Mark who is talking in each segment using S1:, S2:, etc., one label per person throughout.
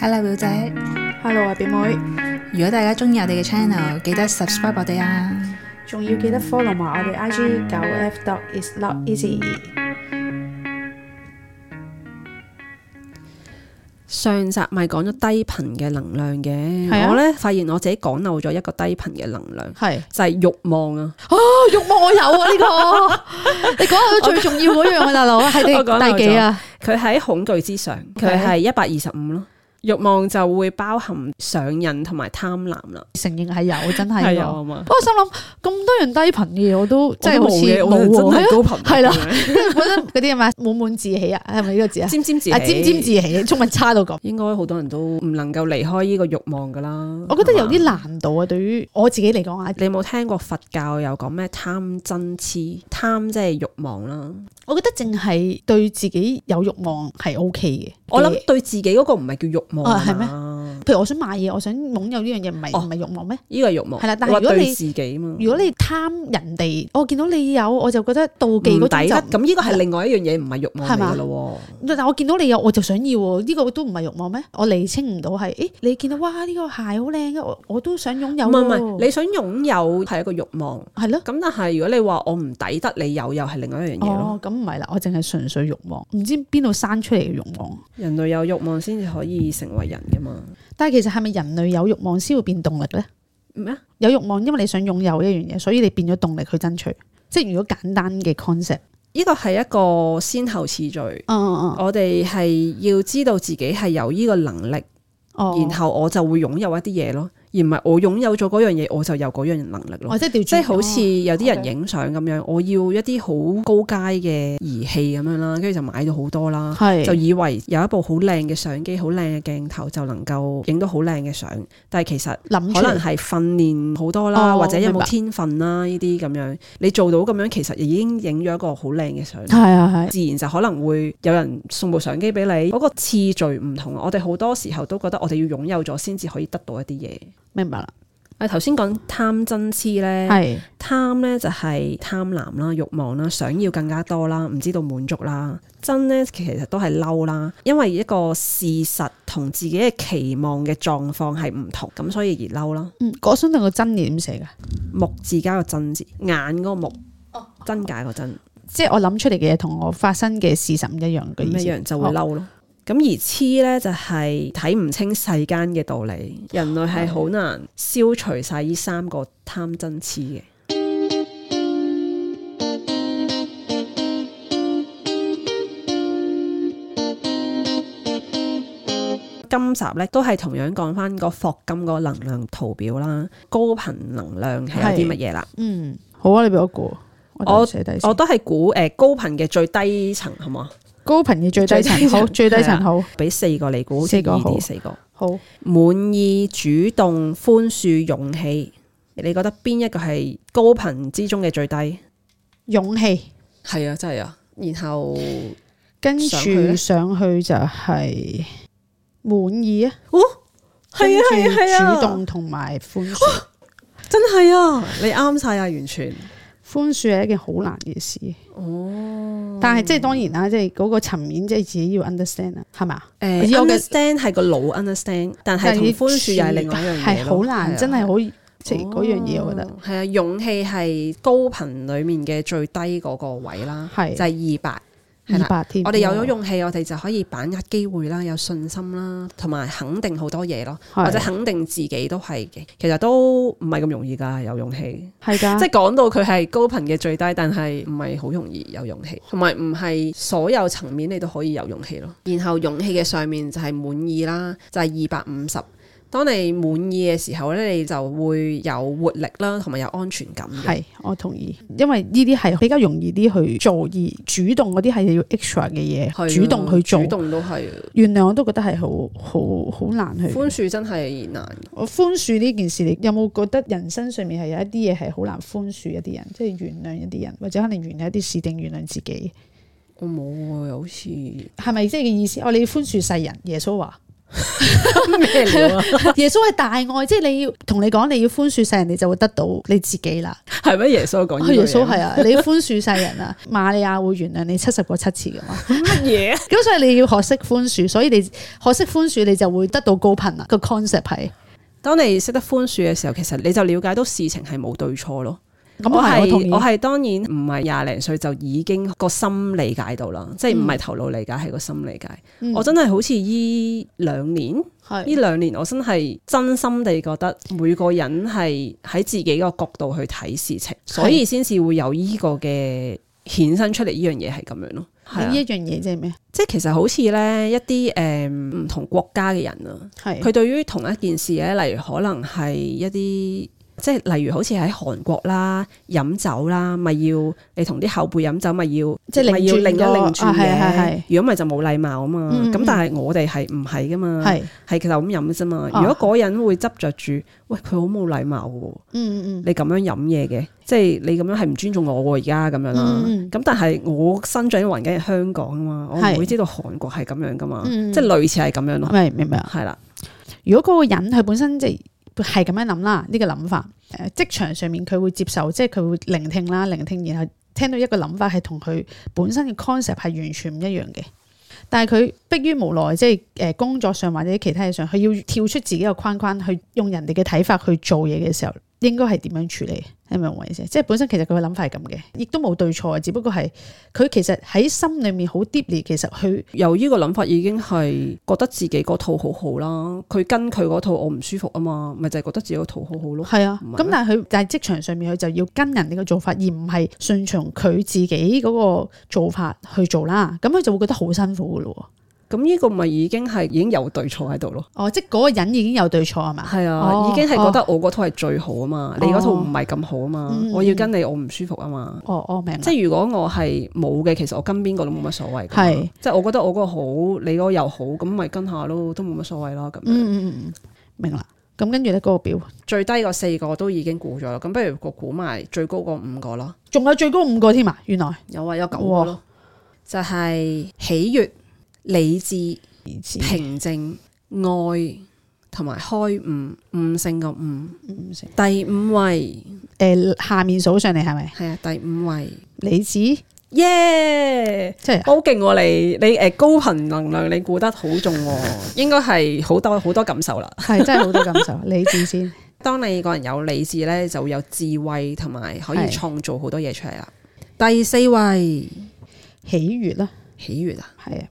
S1: Hello 表姐，
S2: Hello 啊，表妹，
S1: 如果大家中意我哋嘅 channel，記得 subscribe 我哋啊！
S2: 仲要記得 follow 埋我哋 IG 九 F dot is not easy。
S3: 上集咪講咗低頻嘅能量嘅，
S2: 係啊
S3: 我咧發現我自己講漏咗一個低頻嘅能量，
S2: 係
S3: 就係、慾望啊！
S2: 啊，欲望我有啊呢 個，你講下最重要嗰樣啊，大佬係
S3: 我講漏
S2: 第
S3: 咗
S2: 第幾啊？
S3: 佢喺恐懼之上，佢係一百二十五咯。慾望就會包含上癮同埋貪婪啦，
S2: 承認係有，真係
S3: 係
S2: 有。
S3: 啊嘛，
S2: 我心諗咁多樣低頻嘅嘢，我都真係好似
S3: 我
S2: 冇
S3: 都冇嘅我真
S2: 喎。係
S3: 係
S2: 啊
S3: 高頻，
S2: 係啦
S3: 啦，
S2: 本身嗰啲係咪滿滿自喜啊？係咪呢個字啊？
S3: 沾沾自喜，
S2: 啊，沾沾自喜，中文差到咁。
S3: 應該好多人都唔能夠離開呢個慾望噶啦。
S2: 我覺得有
S3: 係
S2: 啲
S3: 嘛，
S2: 難度啊，對於我自己嚟講啊，
S3: 你有冇聽過佛教有講咩貪嗔痴？貪即係慾望啦。
S2: 我覺得淨係對自己有欲望係 O K 嘅。
S3: 我諗對自己嗰個唔係叫慾望
S2: 啊係
S3: 咩？
S2: 咩譬如我想買嘢，我想擁有呢樣嘢，唔係
S3: 哦
S2: 唔係慾望咩？
S3: 呢個係慾望。
S2: 係啦但係
S3: 你話
S2: 如果
S3: 對
S2: 你
S3: 自己嘛，
S2: 如果你貪人哋，我見到你有，我就覺得妒忌
S3: 唔
S2: 嗰
S3: 抵得，
S2: 種就
S3: 咁呢個係另外一樣嘢，唔係慾望
S2: 係嘛
S3: 嚟噶咯
S2: 唔但我見到你有，我就想要喎。呢、個都唔係慾望咩？我釐清唔到係，誒你見到哇呢、個鞋好靚啊，我我都想擁有
S3: 喎。
S2: 喎。
S3: 唔係唔係，你想擁有係一個慾望，
S2: 係咯？
S3: 咁但係如果你話我唔抵得你有，又係另外一樣嘢咯。
S2: 哦，咁唔係啦，我淨係純粹慾望，唔知邊度生出嚟嘅慾望。
S3: 人類有慾望先至可以成為人噶嘛？
S2: 但係其實係咪人類有慾望先會變動力咧？
S3: 咩啊？
S2: 有慾望，因為你想擁有一樣嘢，所以你變咗動力去爭取。即係如果簡單嘅 concept，
S3: 呢個係一個先後次序。
S2: 嗯嗯
S3: 我哋係要知道自己係有呢個能力，
S2: 哦，
S3: 然後我就會擁有一啲嘢咯，而唔係我擁有咗嗰樣嘢，我就有嗰樣能力咯。
S2: 哦，即係調轉，
S3: 即係好似有啲
S2: 哦
S3: 人影相咁樣，我要一啲好高階嘅儀器咁樣啦，跟住就買咗好多啦，
S2: 係
S3: 就以為有一部好靚嘅相機、好靚嘅鏡頭就能夠影到好靚嘅相，但係其實
S2: 諗出
S3: 可能
S2: 嚟。
S3: 係訓練好多啦，
S2: 哦
S3: 或者有
S2: 明
S3: 冇
S2: 白
S3: 天分啦呢啲咁樣，你做到咁樣其實已經影咗一個好靚嘅相。
S2: 係啊係，
S3: 自然就可能會有人送部相機俾你，嗰、個次序唔同。我哋好多時候都覺得我哋要擁有咗先至可以得到一啲嘢。
S2: 明白啦，
S3: 啊，頭先講貪嗔痴咧，
S2: 係
S3: 貪咧就係貪婪啦、慾望啦、想要更加多啦、唔知道滿足啦。嗔咧其實都係嬲啦，因為一個事實同自己嘅期望嘅狀況係唔同，咁所以而嬲啦。
S2: 嗯，我想問個真嘢點寫噶？
S3: 目字加個真字，眼嗰個目，真假個真。
S2: 即係我諗出嚟嘅嘢同我發生嘅事實唔一樣嘅
S3: 咁
S2: 哦意
S3: 一
S2: 思。
S3: 樣就會嬲咯。咁而痴咧就係睇唔清世間嘅道理，人類係好難消除晒呢三個貪嗔痴嘅。今集咧都係同樣講翻個霍金個能量圖表啦，高頻能量係有啲乜嘢啦？
S2: 嗯，好啊，你俾我估，我寫低
S3: 我
S2: 先。
S3: 都係估誒高頻嘅最低層，好唔好啊？
S2: 高頻嘅最低
S3: 最低
S2: 層，啊
S3: 層
S2: 好，最低
S3: 係
S2: 層
S3: 啦
S2: 好，
S3: 俾四個你估，好似
S2: 四個
S3: 易
S2: 好
S3: 啲四個。
S2: 好。
S3: 滿意、主動、寬恕、勇氣，你覺得邊一個係高頻之中嘅最低？
S2: 勇氣，
S3: 係啊，真係啊。然後，
S2: 跟
S3: 上去
S2: 住
S3: 咧
S2: 上去啊就係滿意啊，
S3: 哦，
S2: 跟
S3: 係啊，係啊，
S2: 住
S3: 係啊，哦
S2: 主動同埋寬恕。
S3: 真係啊，你啱晒啊，完全。
S2: 寬恕係一件好難嘅事。哦，但係即係當然啦，即係嗰個層面，即係自己要 understand 啦，係嘛？
S3: 誒
S2: 我知我嘅
S3: ，understand 係個腦 understand，但係同寬恕又係另外一樣嘢啊
S2: 係好難，真係
S3: 好。
S2: 好即係嗰樣嘢，我覺得
S3: 係啊，勇氣係高頻裡面嘅最低嗰個位啦，
S2: 係
S3: 就係二百。係啦
S2: 二百添。哦
S3: 我哋有咗勇氣，我哋就可以把握機會啦，有信心啦，同埋肯定好多嘢咯。
S2: 係，
S3: 或者肯定自己都係嘅，其實都唔係咁容易㗎，有勇氣。
S2: 係㗎，
S3: 即係講到佢係高頻嘅最低，但係唔係好容易有勇氣，同埋唔係所有層面你都可以有勇氣咯。然後勇氣嘅上面就係滿意啦，就係二百五十。當你滿意嘅時候咧，你就會有活力啦，同埋有安全感嘅。
S2: 係，我同意，因為呢啲係比較容易啲去做，而主動嗰啲係要 extra
S3: 係
S2: 嘅
S3: 啊
S2: 嘢，主動去做
S3: 主。動都係
S2: 原諒我都覺得係好好好難去。
S3: 寬恕，真係難。
S2: 我寬恕呢件事，你有冇覺得人生上面係有一啲嘢係好難寬恕一啲人，即係原諒一啲人，或者可能原諒一啲事定原諒自己，
S3: 我冇喎，好似
S2: 係咪即係嘅意思？我、哦、你要寬恕世人，耶穌話
S3: 咩料啊？
S2: 耶穌係大愛，即係你要同你講，你要寬恕世人，你就會得到你自己啦。
S3: 係咩？耶穌講呢句嘢
S2: 耶穌係啊， 你寬恕世人啊，瑪利亞會原諒你七十個七次噶嘛。
S3: 乜嘢？啊
S2: 咁所以你要學識寬恕，所以你學識寬恕，你就會得到高頻啦。個 concept 係
S3: 當你識得寬恕嘅時候，其實你就了解到事情係冇對錯咯。
S2: 咁
S3: 我
S2: 係我同
S3: 係
S2: 意
S3: 我。係當然唔係廿零歲就已經個心理解到啦，即係唔係頭腦理解，係個心理解。
S2: 嗯
S3: 我真係好似依兩年，
S2: 係
S3: 呢兩年我真係真心地覺得每個人係喺自己個角度去睇事情，所以先至會有呢個嘅衍生出嚟，呢樣嘢係咁樣咯。係啊
S2: 呢一樣嘢即係咩？
S3: 即係其實好似咧一啲誒唔同國家嘅人啊。
S2: 係
S3: 佢對於同一件事咧，例如可能係一啲即係例如好似喺韓國啦，飲酒啦，咪要你同啲後輩飲酒，咪要
S2: 即係擰
S3: 咪要
S2: 轉
S3: 擰一
S2: 個
S3: 擰住
S2: 啊係係
S3: 嘅
S2: 係。
S3: 如果唔係就冇禮貌啊嘛。
S2: 嗯嗯
S3: 咁
S2: 嗯
S3: 但係我哋係唔係噶嘛？
S2: 係
S3: 係就咁飲啫嘛。
S2: 啊
S3: 如果嗰人會執着住，喂佢好冇禮貌嘅喎，
S2: 嗯嗯嗯
S3: 你咁樣飲嘢嘅，即係你咁樣係唔尊重我喎而家咁樣啦。
S2: 嗯嗯
S3: 咁但係我生長嘅環境係香港啊嘛，我唔
S2: 係
S3: 會知道韓國係咁樣噶嘛，
S2: 嗯嗯
S3: 即係類似係咁樣，咯，
S2: 明明白。
S3: 係啦，
S2: 如果嗰個人佢本身即係係咁樣諗啦，呢、個諗法，誒、職場上面佢會接受，即係佢會聆聽啦，聆聽，然後聽到一個諗法係同佢本身嘅 concept 係完全唔一樣嘅。但係佢迫於無奈，即係誒、工作上或者其他嘢上，佢要跳出自己嘅框框，去用人哋嘅睇法去做嘢嘅時候，應該係點樣處理？你明唔明我意思？即係本身其實佢嘅諗法係咁嘅，亦都冇對錯，只不過係佢其實喺心裏面好 deeply，其實佢
S3: 由呢個諗法已經係覺得自己嗰套好好啦，佢跟佢嗰套我唔舒服啊嘛，咪就係覺得自己嗰套好好咯。
S2: 係啊
S3: 唔，係
S2: 咁
S3: 咩
S2: 但係佢但係職場上面佢就要跟人哋嘅做法，而唔係順從佢自己嗰個做法去做啦。咁佢就會覺得好辛苦噶咯
S3: 咁呢個咪已經係已經有對錯喺度咯。
S2: 喎。哦，即係嗰個人已經有對錯係嘛？
S3: 係啊，
S2: 哦
S3: 已經係覺得我嗰套係最好啊嘛，你嗰套唔係咁好啊嘛，
S2: 嗯
S3: 我要跟你我唔舒服啊嘛。
S2: 哦，我明啦。
S3: 即係如果我係冇嘅，其實我跟邊個都冇乜所謂㗎嘛。
S2: 係
S3: 即係我覺得我嗰個好，你嗰個又好，咁咪跟下咯，都冇乜所謂啦。咁樣、
S2: 嗯嗯嗯嗯，明啦。咁跟住咧嗰個表，
S3: 最低嗰四個都已經估咗啦，咁不如個估埋最高嗰五個咯。
S2: 仲有最高五個添啊！原來
S3: 有啊，有九個
S2: 哇
S3: 咯，就係喜悦、理智、平靜、愛同埋開悟，悟性個悟。
S2: 唔成
S3: 第五位
S2: 誒、下面數上嚟係咪？
S3: 係啊，第五位，
S2: 理智即
S3: 耶、
S2: 係
S3: 好勁喎！你你誒高頻能量，你估得好重喎、 應該係好多好多感受啦。
S2: 係真係好多感受。理智先
S3: 當你個人有理智咧，就會有智慧同埋可以
S2: 係
S3: 創造好多嘢出嚟啦。第四位
S2: 喜悦啦，
S3: 喜悦啊，嗯
S2: 係啊，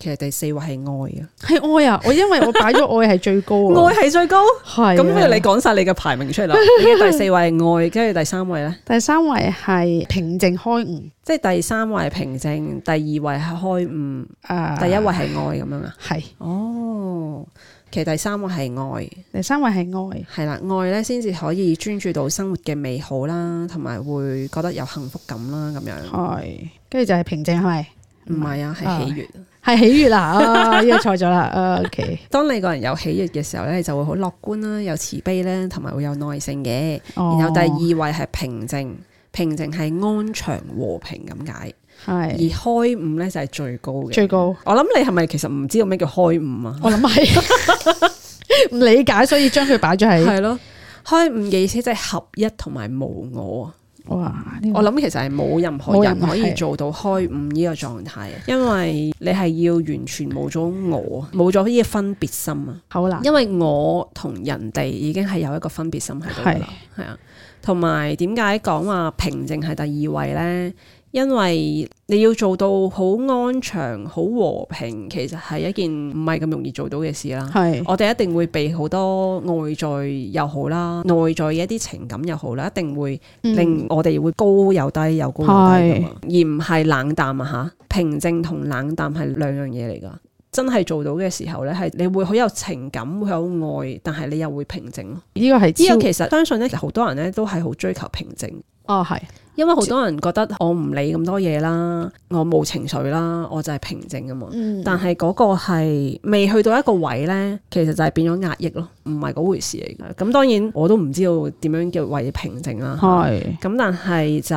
S3: 其實第四位係愛啊，
S2: 係愛啊！我因為我擺咗 愛係最高啊，
S3: 愛係最高。
S2: 係啊
S3: 咁不如你講晒你嘅排名 出嚟啦。跟住第四位係愛，跟住第三位咧，
S2: 第三位係平靜開悟，
S3: 即係第三位係平靜，第二位係開悟，
S2: 啊
S3: 第一位係愛咁樣啊。
S2: 係
S3: 哦，其實第三位係愛，
S2: 第三位係愛，
S3: 係啦，愛咧先至可以專注到生活嘅美好啦，同埋會覺得有幸福感啦，咁樣。
S2: 係跟住就係平靜係咪？
S3: 唔係啊，係喜悦。
S2: 係喜悦啦， 啊呢個錯咗啦啊，OK，
S3: 當你個人有喜悦嘅時候咧，你就會好樂觀啦，有慈悲咧，同埋會有耐性嘅。
S2: 然
S3: 然後第二位係平靜，平靜係安詳和平咁解。而
S2: 係
S3: 開悟咧就係最高嘅。
S2: 最高，
S3: 我諗你係咪其實唔知道咩叫開悟啊？
S2: 我諗係 唔理解，所以將佢擺咗喺
S3: 係咯，開悟嘅意思即係合一同埋無我啊！
S2: 哇，呢個
S3: 我諗其實係冇任何
S2: 嗯冇
S3: 人
S2: 人
S3: 可以
S2: 係
S3: 做到開悟呢個狀態，啊因為你係要完全冇咗我啊，冇咗呢個分別心啊！
S2: 好難，
S3: 因為我同人哋已經係有一個分別心喺度㗎啦，係啊。同埋點解講話平靜係第二位呢？因為你要做到好安詳、好和平，其實係一件唔係咁容易做到嘅事啦。
S2: 係
S3: 我哋一定會被好多外在又好啦，內在嘅一啲情感又好啦，一定會
S2: 嗯
S3: 令我哋會高又低，又高又低㗎嘛而唔係冷淡啊吓，平靜同冷淡係兩樣嘢嚟㗎。真係做到嘅時候呢，係你會好有情感，會好有愛，但係你又會平靜咯。
S2: 呢個係
S3: 呢
S2: 超
S3: 個其實相信咧，好多人咧都係好追求平靜。
S2: 哦係
S3: 因為好多人覺得我唔理咁多嘢啦，我冇情緒啦，我就係平靜啊嘛。
S2: 嗯
S3: 但係嗰個係未去到一個位呢，其實就係變咗壓抑咯，唔係嗰回事嚟嘅。咁當然我都唔知道點樣叫為平靜啊啦。
S2: 係
S3: 咁但係就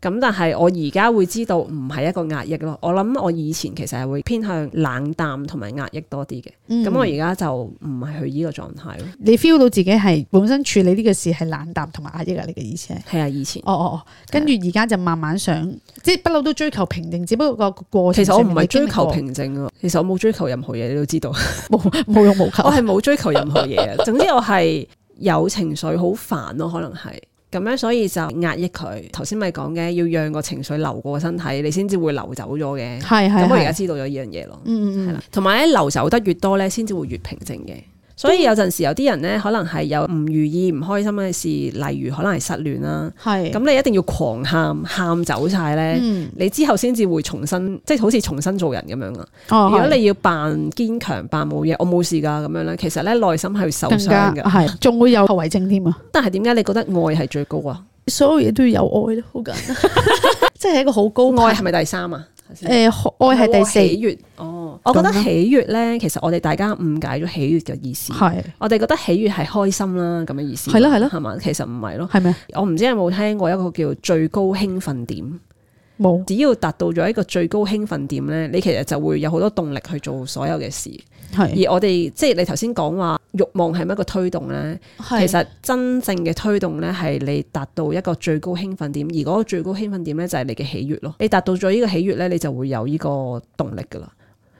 S3: 咁，但係我而家會知道唔係一個壓抑咯。我諗我以前其實係會偏向冷淡同埋壓抑多啲嘅。嗯
S2: 嗯
S3: 咁、我而家就唔係去呢個狀態咯。
S2: 你 feel 到自己係本身處理呢個事係冷淡同埋壓抑啊？你嘅意思係？
S3: 係啊，以前
S2: 哦哦哦，跟住而家就慢慢想，即係不嬲都追求平靜，只不過個過程
S3: 其實我
S2: 上
S3: 唔
S2: 面
S3: 係
S2: 你經歷
S3: 追求
S2: 過
S3: 平靜啊，其實我冇追求任何嘢，你都知道。
S2: 冇 冇欲無求
S3: 我。係冇追求任何嘢 嘅。總之我係有情緒，好煩咯，可能係咁樣，所以就壓抑佢。頭先咪講嘅，要讓個情緒流過個身體，你先至會流走咗嘅。
S2: 係係
S3: 咁我而家
S2: 係，
S3: 知道咗呢樣嘢咯，
S2: 嗯
S3: 係啦。同埋咧，流走得越多咧，先至會越平靜嘅。所以有陣時有啲人咧，可能係有唔如意、唔開心嘅事，例如可能係失戀啦。
S2: 係
S3: 咁你一定要狂喊，喊走晒咧，
S2: 嗯
S3: 你之後先至會重新，即係好似重新做人咁樣啊。
S2: 哦
S3: 如果
S2: 係
S3: 你要扮堅強、扮冇嘢，我冇事㗎咁樣咧，其實咧內心係會受
S2: 更
S3: 傷
S2: 加啊
S3: 嘅。
S2: 係，仲會有後遺症 添啊！
S3: 但係點解你覺得愛係最高啊？
S2: 所有嘢都要有愛咯，好 簡 單，即係一個好高
S3: 愛係
S2: 頻
S3: 咪第三啊？
S2: 誒，愛係第四，
S3: 喜悦哦。我覺得
S2: 咁咯
S3: 喜悦咧，其實我哋大家誤解咗喜悦嘅意思。
S2: 係
S3: 我哋覺得喜悦係開心啦，咁嘅意思。
S2: 係咯係咯
S3: 係嘛？其實唔係咯。
S2: 係咪？
S3: 我唔知有冇聽過一個叫最高興奮點。
S2: 冇
S3: 只要達到咗一個最高興奮點咧，你其實就會有好多動力去做所有嘅事。
S2: 係，
S3: 而我哋即係你頭先講話欲望係咪一個推動咧？
S2: 係
S3: 其實真正嘅推動咧，係你達到一個最高興奮點，而嗰個最高興奮點咧就係你嘅喜悅咯。你達到咗呢個喜悅咧，你就會有呢個動力噶啦。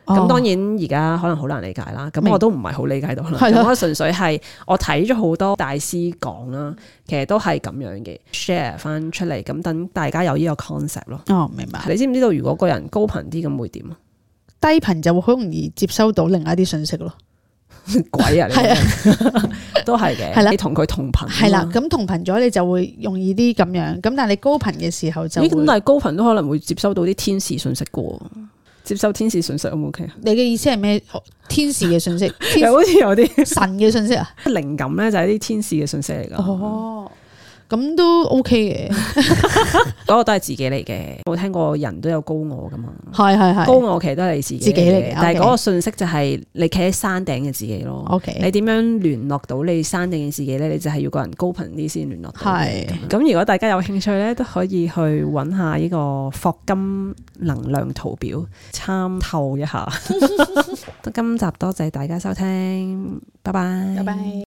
S3: 咁、
S2: 哦
S3: 當然而家可能好難理解啦，咁
S2: 明
S3: 我都唔係好理解到啦。
S2: 係咯
S3: 咁我純粹係我睇咗好多大師講啦，其實都係咁樣嘅 share 翻出嚟，咁等大家有呢個 concept 咯。
S2: 哦，明白。
S3: 你知唔知道如果個人高頻啲咁會點啊？
S2: 低頻就會好容易接收到另外一啲信息咯。
S3: 鬼啊！
S2: 係
S3: 你都係
S2: 係啦
S3: 嘅，你同佢同頻啊嘛。
S2: 係啦，咁同頻咗你就會容易啲咁樣。咁但係你高頻嘅時候就
S3: 咦，咁
S2: 會
S3: 但係高頻都可能會接收到啲天使信息嘅喎，接收天使信息 O 唔 OK 啊？
S2: 你嘅意思係咩？哦天使 嘅信息，天
S3: 又好似有啲
S2: 神嘅信息啊？
S3: 靈感咧，就係啲天使嘅信息嚟㗎。
S2: 哦，咁都 OK 嘅，
S3: 嗰個都係自己嚟嘅。我聽過人都有高我㗎嘛，
S2: 係係係。
S3: 高我其實都係你自己
S2: 自己嚟嘅
S3: 但係
S2: OK
S3: 嗰個信息就係你企喺山頂嘅自己咯。你
S2: OK，
S3: 點樣聯絡到你山頂嘅自己咧？你就係要個人高頻啲先聯絡到嘅。
S2: 係
S3: 咁如果大家有興趣咧，都可以去揾下呢個霍金能量圖表參 透一下。今集多謝大家收聽，拜拜。
S2: 拜拜。